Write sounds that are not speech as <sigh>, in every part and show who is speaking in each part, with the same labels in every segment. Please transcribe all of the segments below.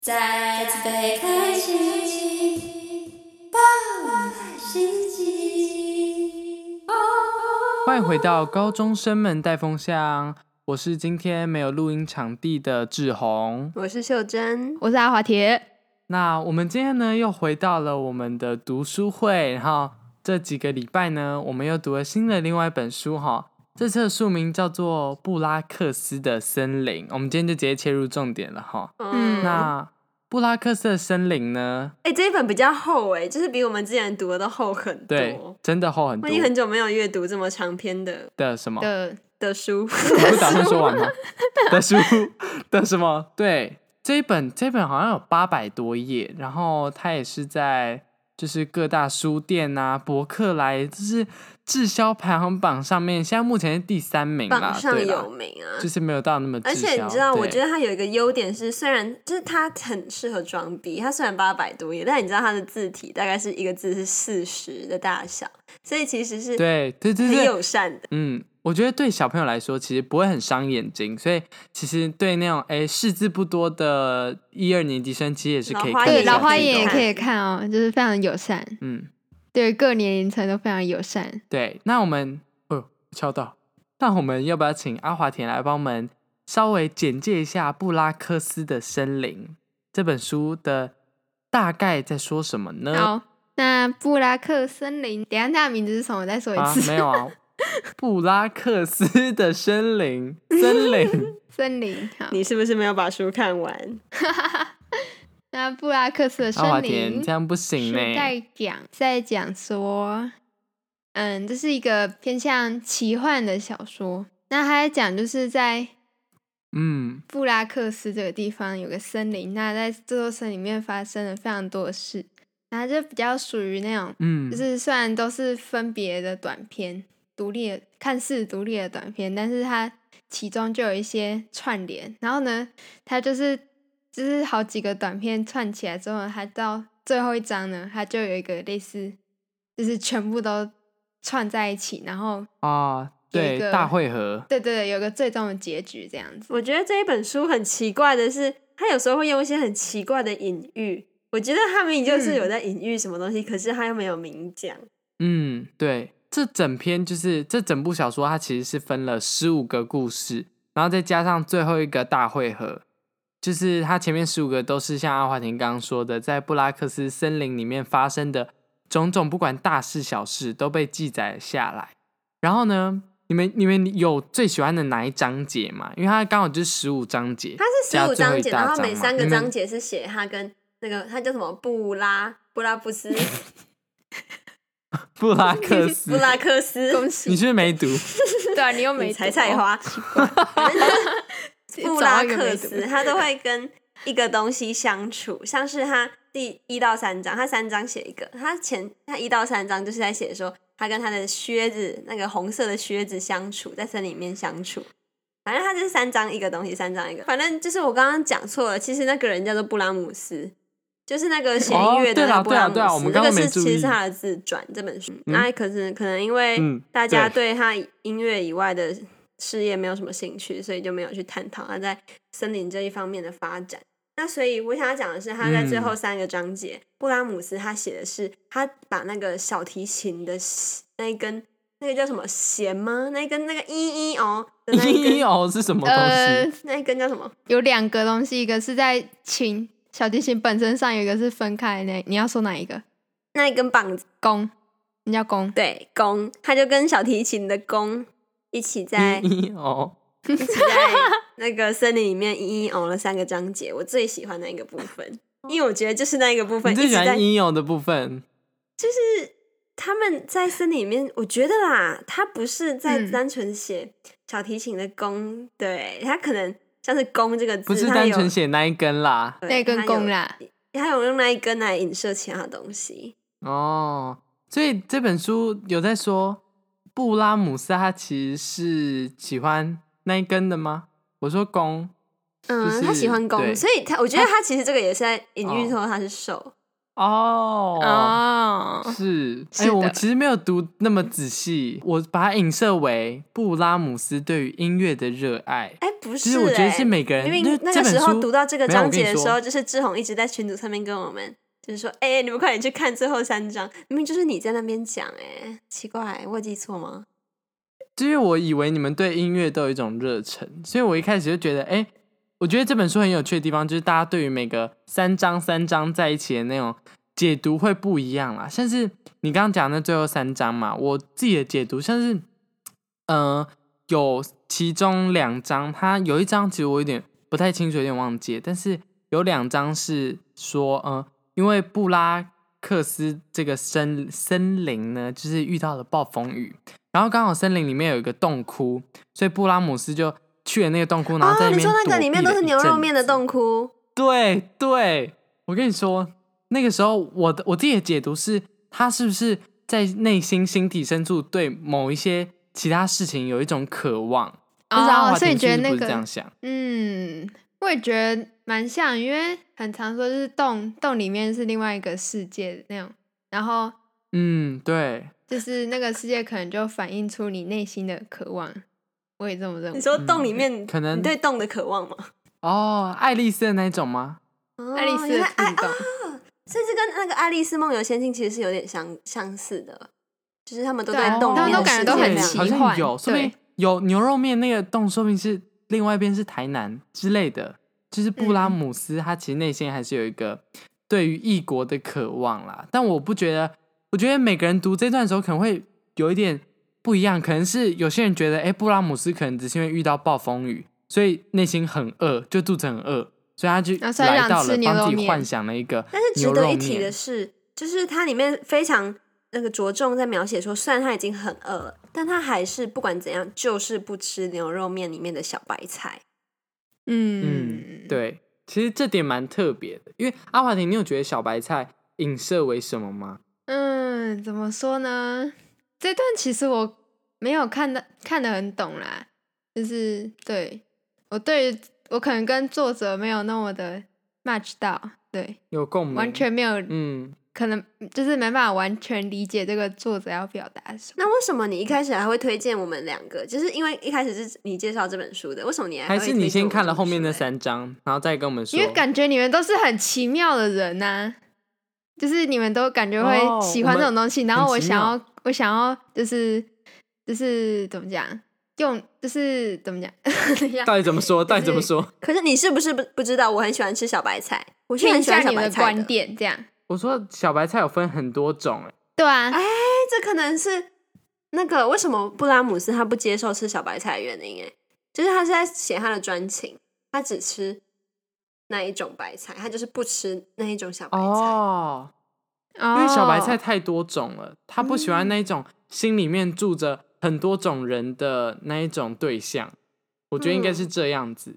Speaker 1: 再次被开启，爆满心机。
Speaker 2: 欢迎回到高中生们带风向，我是今天没有录音场地的志宏。
Speaker 3: 我是秀珍，
Speaker 4: 我是阿华田，
Speaker 2: 那我们今天呢又回到了我们的读书会，然后这几个礼拜呢，我们又读了新的另外一本书哈。这次的书名叫做《布拉克斯的森林》，我们今天就直接切入重点了哈。
Speaker 3: 嗯，哎、
Speaker 2: 那布拉克斯的森林呢？
Speaker 3: 这一本比较厚哎、就是比我们之前读的都厚很多。
Speaker 2: 对，真的厚很
Speaker 3: 我
Speaker 2: 多
Speaker 3: 已经很久没有阅读这么长篇的
Speaker 2: 的什么？
Speaker 4: 的
Speaker 3: 的书，
Speaker 2: 你不打算说完吗？
Speaker 3: <laughs>
Speaker 2: 的书的什么？对，这一本这一本好像有八百多页，然后它也是在就是各大书店啊、博客来，就是滞销排行榜上面，现在目前是第三名啦
Speaker 3: 榜，上
Speaker 2: 对啦
Speaker 3: 有，名啊。
Speaker 2: 就是没有到那么滞
Speaker 3: 而
Speaker 2: 销。
Speaker 3: 且你知道，我
Speaker 2: 对
Speaker 3: 觉得它有一个优点是，虽然就是它很适合装逼，它虽然八百多页，但你知道它的字体大概是一个字是四十的大小，所以其实是
Speaker 2: 对对对
Speaker 3: 很
Speaker 2: 对，
Speaker 3: 友善的。
Speaker 2: 嗯，我觉得对小朋友来说，其实不会很伤眼睛，所以其实对那种哎识字不多的一二年级生，其实也是可以
Speaker 3: 老花
Speaker 2: 看
Speaker 3: 眼
Speaker 2: 得
Speaker 4: 对
Speaker 3: 也
Speaker 4: 老
Speaker 2: 下
Speaker 4: 花
Speaker 2: 去的
Speaker 4: 眼也
Speaker 2: 哦
Speaker 4: 可以看哦，就是非常友善，
Speaker 2: 嗯。
Speaker 4: 对各年龄层都非常友善。
Speaker 2: 对，那我们，哦，敲到，那我们要不要请阿华田来帮我们稍微简介一下《布拉克斯的森林》这本书的大概在说什么呢？
Speaker 4: 好，那布拉克森林，等一下那名字是什么？我再说一
Speaker 2: 啊，
Speaker 4: 次。
Speaker 2: 没有啊，布拉克斯的森林，森
Speaker 4: <laughs>
Speaker 2: 林，
Speaker 4: <laughs> 森林，好，
Speaker 3: 你是不是没有把书看完？
Speaker 4: 那布拉克斯的
Speaker 2: 阿华
Speaker 4: 森
Speaker 2: 田
Speaker 4: 林
Speaker 2: 这样不行
Speaker 4: 是
Speaker 2: 呢、
Speaker 4: 在讲在讲说，嗯，这是一个偏向奇幻的小说。那他在讲就是在
Speaker 2: 嗯，
Speaker 4: 布拉克斯这个地方有个森林，那在这座森林里面发生了非常多的事，然后就比较属于那种，
Speaker 2: 嗯，
Speaker 4: 就是虽然都是分别的短片，独立的看似独立的短片，但是它其中就有一些串联，然后呢，它就是就是好几个短片串起来之后，它到最后一章呢，它就有一个类似，就是全部都串在一起，然后
Speaker 2: 啊，
Speaker 4: 有一
Speaker 2: 对，
Speaker 4: 个
Speaker 2: 大会合，
Speaker 4: 对对对，有个最终的结局这样
Speaker 3: <laughs>
Speaker 4: 子。
Speaker 3: 我觉得这一本书很奇怪的是，它有时候会用一些很奇怪的隐喻。我觉得他们就是有在隐喻什么东西，可是他又没有明讲。
Speaker 2: 嗯，对，这整篇就是这整部小说，它其实是分了十五个故事，然后再加上最后一个大会合，就是它前面十五个都是像阿华田刚刚说的，在布拉克斯森林里面发生的种种，不管大事小事都被记载下来。然后呢，你们你们有最喜欢的哪一章节吗？因为它刚好就是十五章节，
Speaker 3: 它是
Speaker 2: 加
Speaker 3: 十五
Speaker 2: 最后
Speaker 3: 章
Speaker 2: 一
Speaker 3: 节，
Speaker 2: 大
Speaker 3: 然后每
Speaker 2: 嘛
Speaker 3: 三
Speaker 2: 你
Speaker 3: 个
Speaker 2: 们
Speaker 3: 章节是写他跟那个他叫什么布拉布拉布斯
Speaker 2: 布拉
Speaker 3: <laughs>
Speaker 2: 克
Speaker 3: 布
Speaker 2: 斯，
Speaker 3: 拉克斯，
Speaker 4: <laughs> 恭
Speaker 2: 你
Speaker 4: 喜！
Speaker 2: 是不是没读？
Speaker 4: 对啊，你又
Speaker 3: 你
Speaker 4: 没
Speaker 3: 才
Speaker 4: 读
Speaker 3: 菜
Speaker 4: 哦
Speaker 3: 花，布拉克斯， <laughs>
Speaker 4: 他
Speaker 3: 他都会跟一个东西相处，像是他第一到三章，他三章写一个，他前他一到三章就是在写说他跟他的靴子那个红色的靴子相处，在森林里面相处。反正他就是三章一个东西，三章一个。反正就是我刚刚讲错了，其实那个人叫做布拉姆斯，就是那个写音乐的那个
Speaker 2: 哦
Speaker 3: 布拉
Speaker 2: 对啦对啦
Speaker 3: 姆斯。
Speaker 2: 对啦我们刚刚
Speaker 3: 这个是
Speaker 2: 没注意
Speaker 3: 其实是他的自传这本书。那可是可能因
Speaker 2: 嗯
Speaker 3: 为大家
Speaker 2: 对
Speaker 3: 对他音乐以外的事业没有什么兴趣，所以就没有去探讨他在森林这一方面的发展。那所以我想要讲的是，他在最
Speaker 2: 嗯
Speaker 3: 后三个章节，布拉姆斯他写的是他把那个小提琴的那一根那个叫什么弦吗？那一根那个一一哦的那一
Speaker 2: <laughs> 一
Speaker 3: 根
Speaker 2: 哦是什么东西？
Speaker 4: 呃，
Speaker 3: 那一根叫什么？
Speaker 4: 有两个东西，一个是在琴小提琴本身上，有一个是分开的。你要说哪一个？
Speaker 3: 那一根棒子
Speaker 4: 弓，你叫弓。
Speaker 3: 对弓，他就跟小提琴的弓一起在
Speaker 2: 一一哦。
Speaker 3: 一起在那个森林里面一一哦了三个章节，我最喜欢那一个部分，因为我觉得就是那一个部分
Speaker 2: 哦你
Speaker 3: 一
Speaker 2: 最
Speaker 3: 直
Speaker 2: 喜
Speaker 3: 在
Speaker 2: 欢应用的部分，
Speaker 3: 就是他们在森林里面，我觉得啦，他不是在
Speaker 4: 嗯
Speaker 3: 单纯写小提琴的弓，对他可能像是弓这个字，
Speaker 2: 不是
Speaker 3: 它
Speaker 2: 单
Speaker 3: 有
Speaker 2: 纯写那一根啦。
Speaker 3: 对
Speaker 4: 那根
Speaker 3: 它有
Speaker 4: 弓啦，
Speaker 3: 他有用那一根来影射其他东西。
Speaker 2: 哦，所以这本书有在说布拉姆斯他其实是喜欢那一根的吗？我说公
Speaker 3: 嗯，
Speaker 2: 就是
Speaker 3: 他喜欢
Speaker 2: 对
Speaker 3: 弓，所以他我觉得他其实这个也是在隐喻
Speaker 2: 哦
Speaker 3: 说他是手，
Speaker 2: 哦
Speaker 4: 哦，
Speaker 2: 是，哎、
Speaker 4: 是
Speaker 2: 我
Speaker 4: 的
Speaker 2: 其实没有读那么仔细，我把它影射为布拉姆斯对于音乐的热爱。
Speaker 3: 哎，不
Speaker 2: 其
Speaker 3: 是、
Speaker 2: 实
Speaker 3: 欸，
Speaker 2: 我觉得是每个人，
Speaker 3: 明
Speaker 2: 就
Speaker 3: 明
Speaker 2: 是
Speaker 3: 那
Speaker 2: 这
Speaker 3: 个
Speaker 2: 本
Speaker 3: 时候
Speaker 2: 书
Speaker 3: 读到这个
Speaker 2: 没有
Speaker 3: 章
Speaker 2: 我跟你
Speaker 3: 节的时
Speaker 2: 说
Speaker 3: 候，就是志宏一直在群组上面跟我们，就是说，哎、你们快点去看最后三章，明明就是你在那边讲，哎，奇怪，我有记错吗？
Speaker 2: 就因为我以为你们对音乐都有一种热忱，所以我一开始就觉得，哎、我觉得这本书很有趣的地方就是大家对于每个三章三章在一起的那种解读会不一样啦。像是你刚刚讲的那最后三章嘛，我自己的解读像是，呃，有其中两章，它有一章其实我有点不太清楚，有点忘记了，但是有两章是说，嗯、因为布拉克斯这个森森林呢，就是遇到了暴风雨，然后刚好森林里面有一个洞窟，所以布拉姆斯就去了那个洞窟，然后在
Speaker 3: 哦，
Speaker 2: 那
Speaker 3: 你
Speaker 2: 边、
Speaker 3: 说那个里面都是牛肉面的洞窟，
Speaker 2: 对对，我跟你说，那个时候我的我自己的解读是，他是不是在内心心底深处对某一些其他事情有一种渴望？但是阿
Speaker 4: 哦，
Speaker 2: 华
Speaker 4: 所以
Speaker 2: 田
Speaker 4: 你觉得
Speaker 2: 是不
Speaker 4: 那
Speaker 2: 是这样
Speaker 4: 个，
Speaker 2: 想？
Speaker 4: 嗯，我也觉得蛮像，因为很常说就是洞洞里面是另外一个世界的那种，然后
Speaker 2: 嗯，对，
Speaker 4: 就是那个世界可能就反映出你内心的渴望，我也这么认为
Speaker 3: 你。说洞里面、
Speaker 2: 嗯可能
Speaker 3: 你对洞的渴望吗？哦
Speaker 2: 哦，爱丽丝的那一种吗？
Speaker 4: 爱丽丝
Speaker 3: 原
Speaker 4: 的
Speaker 3: 来哎爱
Speaker 4: 触动，
Speaker 3: 甚至跟那个《爱丽丝梦游仙境》其实是有点相相似的，就是他们都
Speaker 4: 对
Speaker 3: 在洞里
Speaker 4: 哦他们
Speaker 3: 面
Speaker 4: 都
Speaker 3: 的世界
Speaker 4: 感觉都
Speaker 2: 对
Speaker 3: 那
Speaker 4: 很
Speaker 3: 样
Speaker 4: 奇
Speaker 2: 好像
Speaker 4: 幻
Speaker 2: 有，说
Speaker 4: 对
Speaker 2: 明有牛肉面那个洞，说明是另外一边是台南之类的。就是布拉
Speaker 4: 嗯
Speaker 2: 姆斯，他其实内心还是有一个对于异国的渴望啦。但我不觉得，我觉得每个人读这段的时候可能会有一点不一样，可能是有些人觉得，哎，布拉姆斯可能只是因为遇到暴风雨，所以内心很饿，就肚子很饿，所以他就
Speaker 4: 啊所以他
Speaker 2: 来
Speaker 4: 想
Speaker 2: 到
Speaker 4: 吃
Speaker 2: 了
Speaker 4: 牛肉
Speaker 2: 帮自己
Speaker 4: 面
Speaker 2: 幻想了一个
Speaker 3: 但是值
Speaker 2: 牛
Speaker 3: 得
Speaker 2: 肉
Speaker 3: 一提的
Speaker 2: 面。
Speaker 3: 是，就是它里面非常那个着重在描写说，虽然他已经很饿了，但他还是不管怎样，就是不吃牛肉面里面的小白菜。
Speaker 4: 嗯
Speaker 2: 嗯，，对，其实这点蛮特别的，因为阿华田，你有觉得小白菜影射为什么吗？
Speaker 4: 嗯，怎么说呢？这段其实我没有看的看得很懂啦，就是对我对于我可能跟作者没有那么的 match 到，对，
Speaker 2: 有共鸣？
Speaker 4: 完全没有，
Speaker 2: 嗯，
Speaker 4: 可能就是没办法完全理解这个作者要表达什么。
Speaker 3: 那为什么你一开始还会推荐我们两个？就是因为一开始是你介绍这本书的，为什么你还
Speaker 2: 还
Speaker 3: 会
Speaker 2: 是
Speaker 3: 推
Speaker 2: 你
Speaker 3: 荐
Speaker 2: 先
Speaker 3: 我们
Speaker 2: 看
Speaker 3: 这
Speaker 2: 了
Speaker 3: 本
Speaker 2: 后面
Speaker 3: 书
Speaker 2: 那
Speaker 3: 嘞
Speaker 2: 三章，然后再跟我们说。
Speaker 4: 哎因为感觉你们都是很奇妙的人呐、啊就是你们都感觉会
Speaker 2: 哦
Speaker 4: 喜
Speaker 2: 我
Speaker 4: 欢这
Speaker 2: 们
Speaker 4: 种东西，然
Speaker 2: 很
Speaker 4: 后我
Speaker 2: 奇
Speaker 4: 想
Speaker 2: 妙
Speaker 4: 要，我想要就是就是怎么讲，用就是怎么讲，等一下
Speaker 2: 到底怎么
Speaker 4: <laughs>
Speaker 2: 说？
Speaker 4: 是
Speaker 2: 到底怎么说？
Speaker 3: 可是你是不是不不知道我很喜欢吃小白菜？我是
Speaker 4: 听
Speaker 3: 很
Speaker 4: 一
Speaker 3: 喜欢
Speaker 4: 下
Speaker 3: 小
Speaker 4: 你们
Speaker 3: 白
Speaker 4: 的
Speaker 3: 菜
Speaker 4: 观点，这样
Speaker 2: 我说小白菜有分很多种、欸，
Speaker 4: 对啊，
Speaker 3: 哎哎，这可能是那个为什么布拉姆斯他不接受吃小白菜的原因哎，就是他是在写他的专情，他只吃那一种白菜，他就是不吃那一种小白菜。
Speaker 2: 哦，因为小白菜太多种了，他不喜欢那一种心里面住着很多种人的那一种对象，我觉得应该是这样子。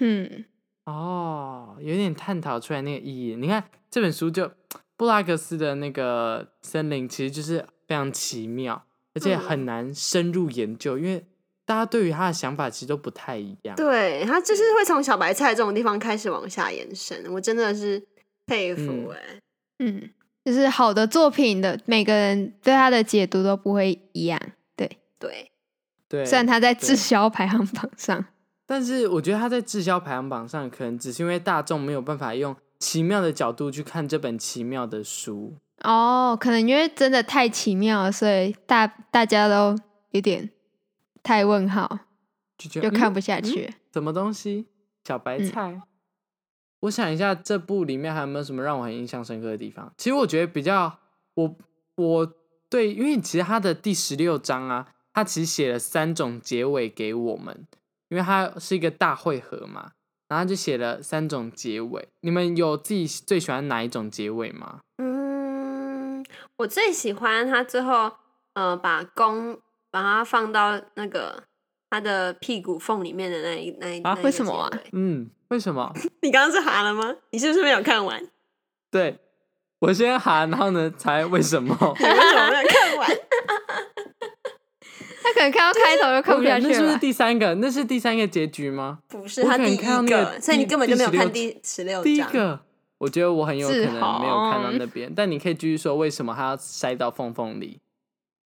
Speaker 4: 嗯，
Speaker 2: 哦，有点探讨出来那个意义。你看这本书就布拉格斯的那个森林，其实就是非常奇妙，而且
Speaker 3: 嗯
Speaker 2: 很难深入研究，因为大家对于他的想法其实都不太一样。
Speaker 3: 对，他就是会从小白菜这种地方开始往下延伸，我真的是佩服
Speaker 2: 嗯
Speaker 3: 哎、
Speaker 4: 嗯，就是好的作品的每个人对他的解读都不会一样，
Speaker 3: 对，
Speaker 2: 对，
Speaker 4: 虽然他在滞
Speaker 2: 对
Speaker 4: 销排行榜上，
Speaker 2: 但是我觉得他在滞销排行榜上，可能只是因为大众没有办法用奇妙的角度去看这本奇妙的书。
Speaker 4: 哦，可能因为真的太奇妙了，所以大大家都有点太问号，
Speaker 2: 就觉得
Speaker 4: 就看
Speaker 2: 嗯
Speaker 4: 不下去。
Speaker 2: 什么东西？小白
Speaker 4: 嗯
Speaker 2: 菜。我想一下，这部里面还有没有什么让我很印象深刻的地方？其实我觉得比较，我我对，因为其实它的第十六章啊，它其实写了三种结尾给我们，因为它是一个大会合嘛，然后它就写了三种结尾。你们有自己最喜欢哪一种结尾吗？
Speaker 3: 嗯，我最喜欢他最后呃把弓把它放到那个他的屁股缝里面的那一那一
Speaker 2: 啊
Speaker 3: 那一
Speaker 4: 为
Speaker 3: 个
Speaker 4: 什么
Speaker 3: 结
Speaker 4: 啊
Speaker 3: 尾
Speaker 2: 嗯，为什么？ <laughs>
Speaker 3: 你刚刚是哈了吗？你是不是没有看完？你
Speaker 2: 对我先喊，然后呢才为什么？
Speaker 3: 为什么没有看完？
Speaker 4: 他可能看到开头就看
Speaker 2: 我
Speaker 4: 不
Speaker 2: 可
Speaker 4: 下
Speaker 2: 能
Speaker 4: 去
Speaker 2: 那是不是
Speaker 4: <laughs> 了吧。
Speaker 2: 第三个？那是第三个结局吗？
Speaker 3: <laughs> 不是
Speaker 2: 我
Speaker 3: 他
Speaker 2: 可能
Speaker 3: 第一
Speaker 2: 看到那个
Speaker 3: 所以你
Speaker 2: 第
Speaker 3: 根本就没有
Speaker 2: 第16
Speaker 3: 看第十六章。
Speaker 2: 第一个我觉得我很有可
Speaker 4: 志
Speaker 2: 能没有看到
Speaker 4: 宏
Speaker 2: 那边，但你可以继续说为什么他要塞到缝缝里？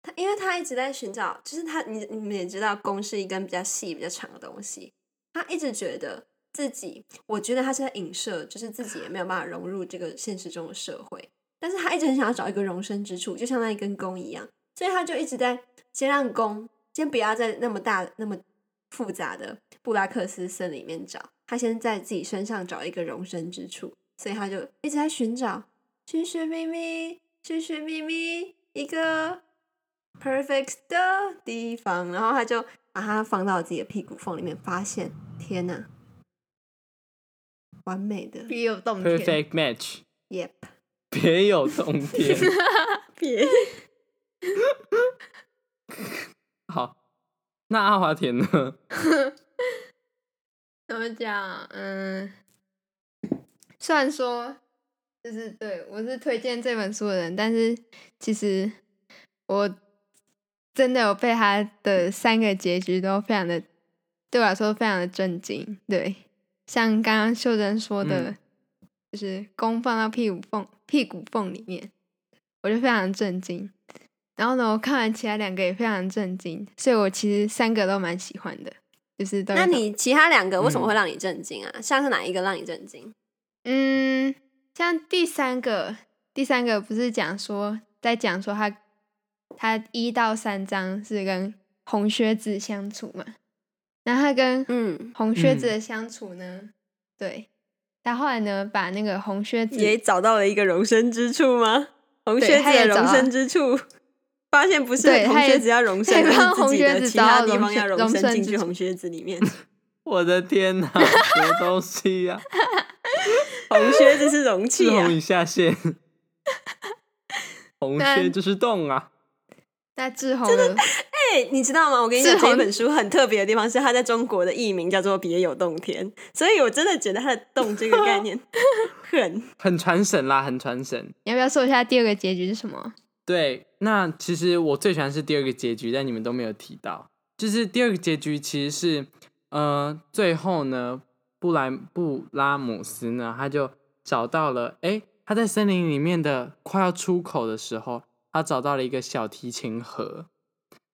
Speaker 3: 他因为他一直在寻找，就是他你你们也知道，弓是一根比较细、比较长的东西。他一直觉得自己，我觉得他是在影射，就是自己也没有办法融入这个现实中的社会。但是他一直很想要找一个容身之处，就像那一根弓一样，所以他就一直在先让弓，先不要在那么大、那么复杂的布拉克斯森里面找，他先在自己身上找一个容身之处，所以他就一直在寻找寻寻觅觅，寻寻觅觅一个 perfect 的地方，然后他就把它放到自己的屁股缝里面，发现天哪，完美的
Speaker 4: 别有洞天。
Speaker 2: Perfect match，
Speaker 3: ，yep，
Speaker 2: 别有洞
Speaker 3: <laughs>
Speaker 2: 天。
Speaker 3: 别
Speaker 2: 好，那阿华田呢？ <laughs>
Speaker 4: 怎么讲？嗯，虽然说就是对我是推荐这本书的人，但是其实我真的有被他的三个结局都非常的对我来说非常的震惊。对，像刚刚秀珍说的，
Speaker 2: 嗯
Speaker 4: 就是弓放到屁股缝屁股缝里面，我就非常震惊。然后呢，我看完其他两个也非常震惊，所以我其实三个都蛮喜欢的，就是都有
Speaker 3: 那
Speaker 4: 种
Speaker 3: 你其他两个为什么会让你震惊啊？像是哪一个让你震惊？
Speaker 4: 嗯，像第三个，第三个不是讲说在讲说他他一到三章是跟红靴子相处嘛，然后他跟
Speaker 3: 嗯，
Speaker 4: 红靴
Speaker 2: 嗯
Speaker 4: 子的相处呢，对，他后来呢把那个红靴子
Speaker 3: 也找到了一个容身之处吗？红
Speaker 4: 对
Speaker 3: 靴子
Speaker 4: 他也
Speaker 3: 的
Speaker 4: 找
Speaker 3: 容
Speaker 4: 到
Speaker 3: 身之 <laughs> 处，发现不是
Speaker 4: 对
Speaker 3: 红
Speaker 4: 他也
Speaker 3: 靴子要 <laughs> 容身，
Speaker 4: 对
Speaker 3: 而
Speaker 4: 帮
Speaker 3: 是自己的
Speaker 4: 红靴子
Speaker 3: 其
Speaker 4: 找
Speaker 3: 他地
Speaker 4: 到容
Speaker 3: 方要
Speaker 4: 身
Speaker 3: 容
Speaker 4: 容
Speaker 3: 身
Speaker 4: 身
Speaker 3: 进
Speaker 4: 之
Speaker 3: 去
Speaker 4: 处
Speaker 3: 红靴子里 <laughs> 面。
Speaker 2: 我的天
Speaker 3: <laughs>
Speaker 2: 哪，什么东西呀、啊？
Speaker 3: 红靴子是容器
Speaker 2: 志
Speaker 3: 啊
Speaker 2: 宏！一下
Speaker 3: <laughs>
Speaker 2: 线，红靴就是洞啊！
Speaker 4: 那志宏的
Speaker 3: 哎，你知道吗？我跟你讲，
Speaker 4: 是红
Speaker 3: 这本书很特别的地方是，它在中国的译名叫做《别有洞天》，所以我真的觉得它的“洞”这个概念 <laughs> 很
Speaker 2: 很传神啦，很传神。
Speaker 4: 你要不要说一下第二个结局是什么？
Speaker 2: 对，那其实我最喜欢是第二个结局，但你们都没有提到。就是第二个结局其实是，呃，最后呢，布莱布拉姆斯呢，他就找到了，诶，他在森林里面的快要出口的时候，他找到了一个小提琴盒，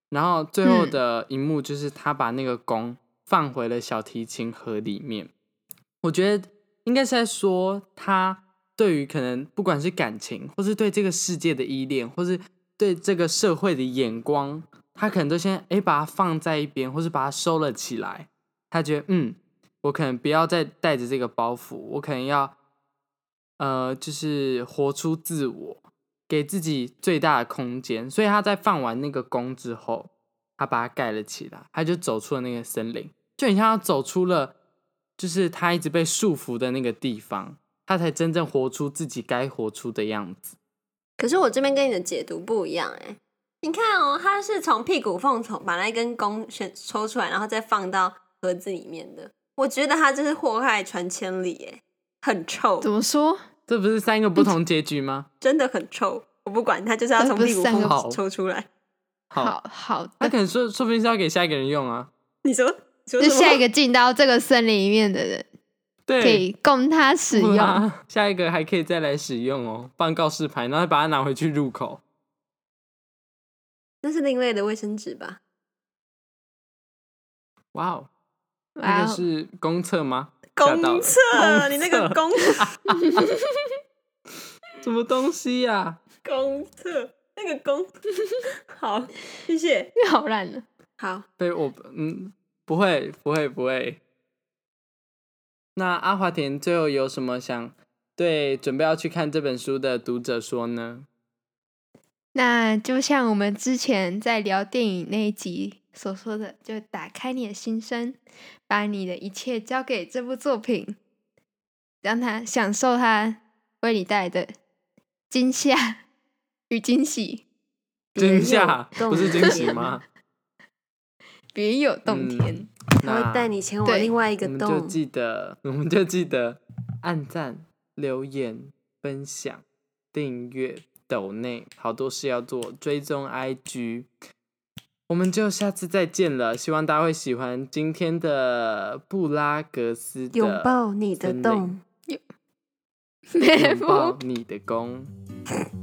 Speaker 2: 然后最后
Speaker 4: 嗯
Speaker 2: 的一幕就是他把那个弓放回了小提琴盒里面。我觉得应该是在说他对于可能不管是感情，或是对这个世界的依恋，或是对这个社会的眼光，他可能都先诶把它放在一边，或是把它收了起来。他觉得嗯，我可能不要再带着这个包袱，我可能要呃，就是活出自我，给自己最大的空间。所以他在放完那个弓之后，他把它盖了起来，他就走出了那个森林，就很像他走出了，就是他一直被束缚的那个地方，他才真正活出自己该活出的样子。
Speaker 3: 可是我这边跟你的解读不一样哎、你看哦，他是从屁股缝从把那一根弓选抽出来，然后再放到盒子里面的。我觉得他就是祸害传千里哎、很臭
Speaker 4: 怎，么说？
Speaker 2: 这不是三个不同结局吗？
Speaker 3: 真的很臭。我不管，他就是要从屁股
Speaker 4: 这不是三
Speaker 2: 个
Speaker 3: 缝抽出来。
Speaker 4: 好好
Speaker 2: 他
Speaker 4: 的，
Speaker 2: 可能说，说不定是要给下一个人用啊。
Speaker 3: 你说，你说什
Speaker 4: 就
Speaker 3: 么
Speaker 4: 下一个进到这个森林里面的人可
Speaker 2: 对，
Speaker 4: 以供他使
Speaker 2: <laughs> 不
Speaker 4: 用。
Speaker 2: 然下一个还可以再来使用哦，放告示牌，然后把它拿回去入口。
Speaker 3: 那是另类的卫生纸吧？
Speaker 2: 哇哦，
Speaker 4: 哇
Speaker 2: 那
Speaker 4: 哦
Speaker 2: 个是公厕吗？吓到
Speaker 3: 公
Speaker 2: 了
Speaker 3: 厕，你那个公
Speaker 2: <laughs> 什么东西啊呀、
Speaker 3: 公厕，那个公，好，谢谢。
Speaker 4: 又好烂啊了。
Speaker 3: 好，
Speaker 2: 对我嗯，不会，不会，不会。那阿华田最后有什么想对准备要去看这本书的读者说呢？
Speaker 4: 那就像我们之前在聊电影那一集所说的，就打开你的心声，把你的一切交给这部作品，让他享受他为你带来的惊吓与惊喜，
Speaker 2: 惊吓
Speaker 3: 别有
Speaker 2: 不是
Speaker 3: 洞
Speaker 2: 惊喜
Speaker 3: 天
Speaker 2: 吗？
Speaker 4: 别有洞天。
Speaker 2: 嗯
Speaker 3: 他会带
Speaker 2: 那
Speaker 3: 你前往
Speaker 4: 对
Speaker 3: 另外一
Speaker 2: 我
Speaker 3: 个
Speaker 2: 们就
Speaker 3: 洞。
Speaker 2: 记得，我们就记得按赞、留言、分享、订阅、抖内，好多事要做，追踪 IG。我们就下次再见了，希望大家会喜欢今天的布拉格斯的
Speaker 3: 拥抱你的
Speaker 2: 森林
Speaker 3: 洞。
Speaker 4: 面
Speaker 2: 拥
Speaker 3: <laughs>
Speaker 4: <laughs>
Speaker 2: 抱
Speaker 4: 部，
Speaker 2: 你的弓，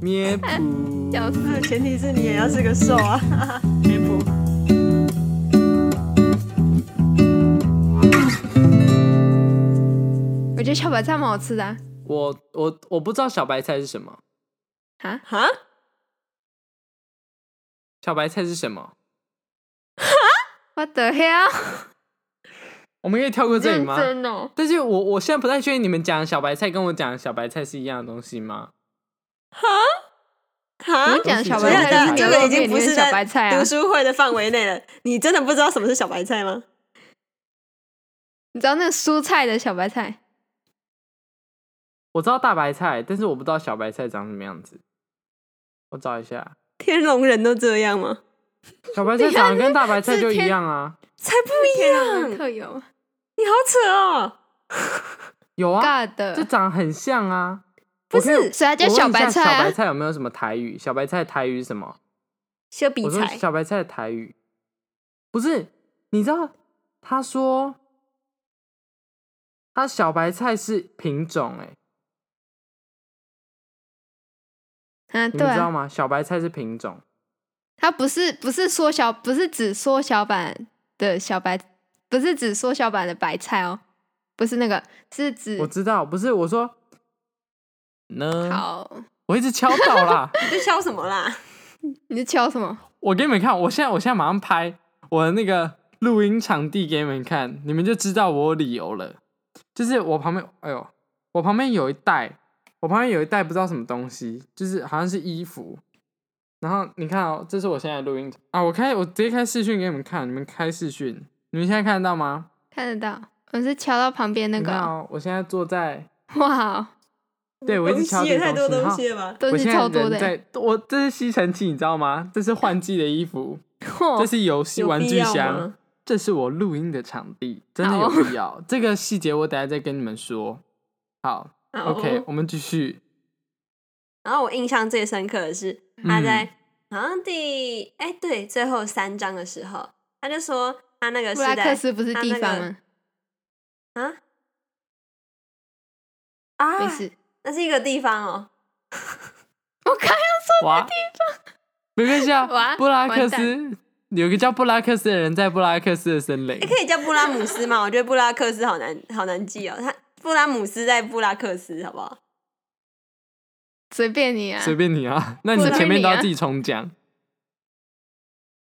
Speaker 2: 咩噗。
Speaker 4: 笑死。
Speaker 3: 那前提是你也要是个瘦啊，别谱。
Speaker 4: 我觉得小白菜蛮好吃的啊，
Speaker 2: 我我我不知道小白菜是什么，
Speaker 4: 啊
Speaker 3: 哈，
Speaker 2: 小白菜是什么？
Speaker 4: 我的 hell，
Speaker 2: 我们可以跳过这里
Speaker 4: 认
Speaker 2: 吗？
Speaker 4: 真哦，
Speaker 2: 但是我我现在不太确定你们讲的小白菜跟我讲的小白菜是一样的东西吗？
Speaker 4: 我
Speaker 3: 哈
Speaker 4: 们，讲的小
Speaker 2: 不
Speaker 4: 白
Speaker 2: 是
Speaker 4: 菜是
Speaker 2: 等一下
Speaker 4: 牛
Speaker 2: 这
Speaker 4: 肉
Speaker 2: 个
Speaker 3: 已经
Speaker 4: 面里
Speaker 3: 不
Speaker 4: 面
Speaker 3: 是
Speaker 4: 的小
Speaker 3: 在
Speaker 4: 白菜啊
Speaker 3: 读，书会的范围内了。你真的不知道什么是小白菜吗？
Speaker 4: 你知道那个蔬菜的小白菜，
Speaker 2: 我知道大白菜，但是我不知道小白菜长什么样子。我找一下，
Speaker 3: 天龙人都这样吗？
Speaker 2: 小白菜长得跟大白菜就一样啊，
Speaker 3: 才不一
Speaker 4: 天龙
Speaker 3: 样
Speaker 4: 人！特有
Speaker 3: 你好扯哦！
Speaker 2: 有啊，
Speaker 4: ，God
Speaker 2: 这
Speaker 4: 的，
Speaker 2: 长得很像啊。
Speaker 3: 不
Speaker 2: 我可
Speaker 3: 是
Speaker 2: 以
Speaker 4: 所以它叫
Speaker 2: 我问一下
Speaker 4: 小白菜
Speaker 2: 小白
Speaker 4: 啊，
Speaker 2: 菜有没有什么台语？小白菜台语是什么？
Speaker 3: 修比
Speaker 2: 我说
Speaker 3: 菜，
Speaker 2: 小白菜的台语不是，你知道他说他小白菜是品种、欸，哎，
Speaker 4: 嗯，
Speaker 2: 你
Speaker 4: 对
Speaker 2: 们知道
Speaker 4: 啊，
Speaker 2: 吗？小白菜是品种，
Speaker 4: 它不是不是缩小，不是指缩小版的小白，不是指缩小版的白菜哦，不是那个，是指
Speaker 2: 我知道，不是我说呢，
Speaker 4: 好，
Speaker 2: 我一直敲到啦。
Speaker 3: 你在笑什么啦？
Speaker 4: 你是敲什么？
Speaker 2: 我给你们看，我现在我现在马上拍我的那个录音场地给你们看，你们就知道我有理由了。就是我旁边，哎呦，我旁边有一袋，我旁边有一袋不知道什么东西，就是好像是衣服。然后你看哦，这是我现在的录音啊，我开我直接开视讯给你们看，你们开视讯，你们现在看得到吗？
Speaker 4: 看得到，我是敲到旁边那
Speaker 2: 你
Speaker 4: 个
Speaker 2: 看
Speaker 4: 哦，
Speaker 2: 哦，我现在坐在，
Speaker 4: 哇，
Speaker 2: 对我一直
Speaker 3: 东
Speaker 2: 敲
Speaker 3: 西也
Speaker 2: 这个
Speaker 3: 太多
Speaker 2: 东西
Speaker 3: 东
Speaker 2: 哈
Speaker 3: 西了吧？
Speaker 4: 都
Speaker 2: 我
Speaker 4: 是
Speaker 2: 现在
Speaker 4: 超多
Speaker 2: 人
Speaker 4: 的欸，
Speaker 2: 在，我这是吸尘器，你知道吗？这是换季的衣服，
Speaker 4: 哇
Speaker 2: 这是游戏
Speaker 3: 哦有
Speaker 2: 玩
Speaker 3: 必
Speaker 2: 具
Speaker 3: 要
Speaker 2: 箱
Speaker 3: 吗。？
Speaker 2: 这是我录音的场地，真的有
Speaker 4: 好
Speaker 2: 必要。 <laughs> 这个细节我等下再跟你们说。好
Speaker 3: 好哦
Speaker 2: ，OK，我们继
Speaker 3: <laughs>
Speaker 2: 续。
Speaker 3: 然后我印象最深刻的是，
Speaker 2: 嗯
Speaker 3: 他在好像第哎、对最后三章的时候，他就说他那个
Speaker 4: 布
Speaker 3: 是
Speaker 4: 拉克
Speaker 3: 在
Speaker 4: 斯不是
Speaker 3: 它
Speaker 4: 地
Speaker 3: 那
Speaker 4: 方
Speaker 3: 个
Speaker 4: 吗？
Speaker 3: 啊啊，
Speaker 4: 没事，
Speaker 3: 那是一个地方哦。
Speaker 4: 我看
Speaker 2: 哇，没关
Speaker 3: <laughs>
Speaker 2: 系啊
Speaker 4: 哇，
Speaker 2: 布拉克
Speaker 4: 完
Speaker 2: 斯有一个叫布拉克斯的人在布拉克斯的森林
Speaker 3: 哎、。可以叫布拉姆斯吗？我觉得布拉克斯好难好难记哦。他布拉姆斯在布拉克斯，好不好？
Speaker 4: 随便你啊，
Speaker 2: 随便你啊，那你
Speaker 4: 布拉
Speaker 2: 前面都
Speaker 4: 你
Speaker 2: 要
Speaker 4: 啊
Speaker 2: 自己重讲。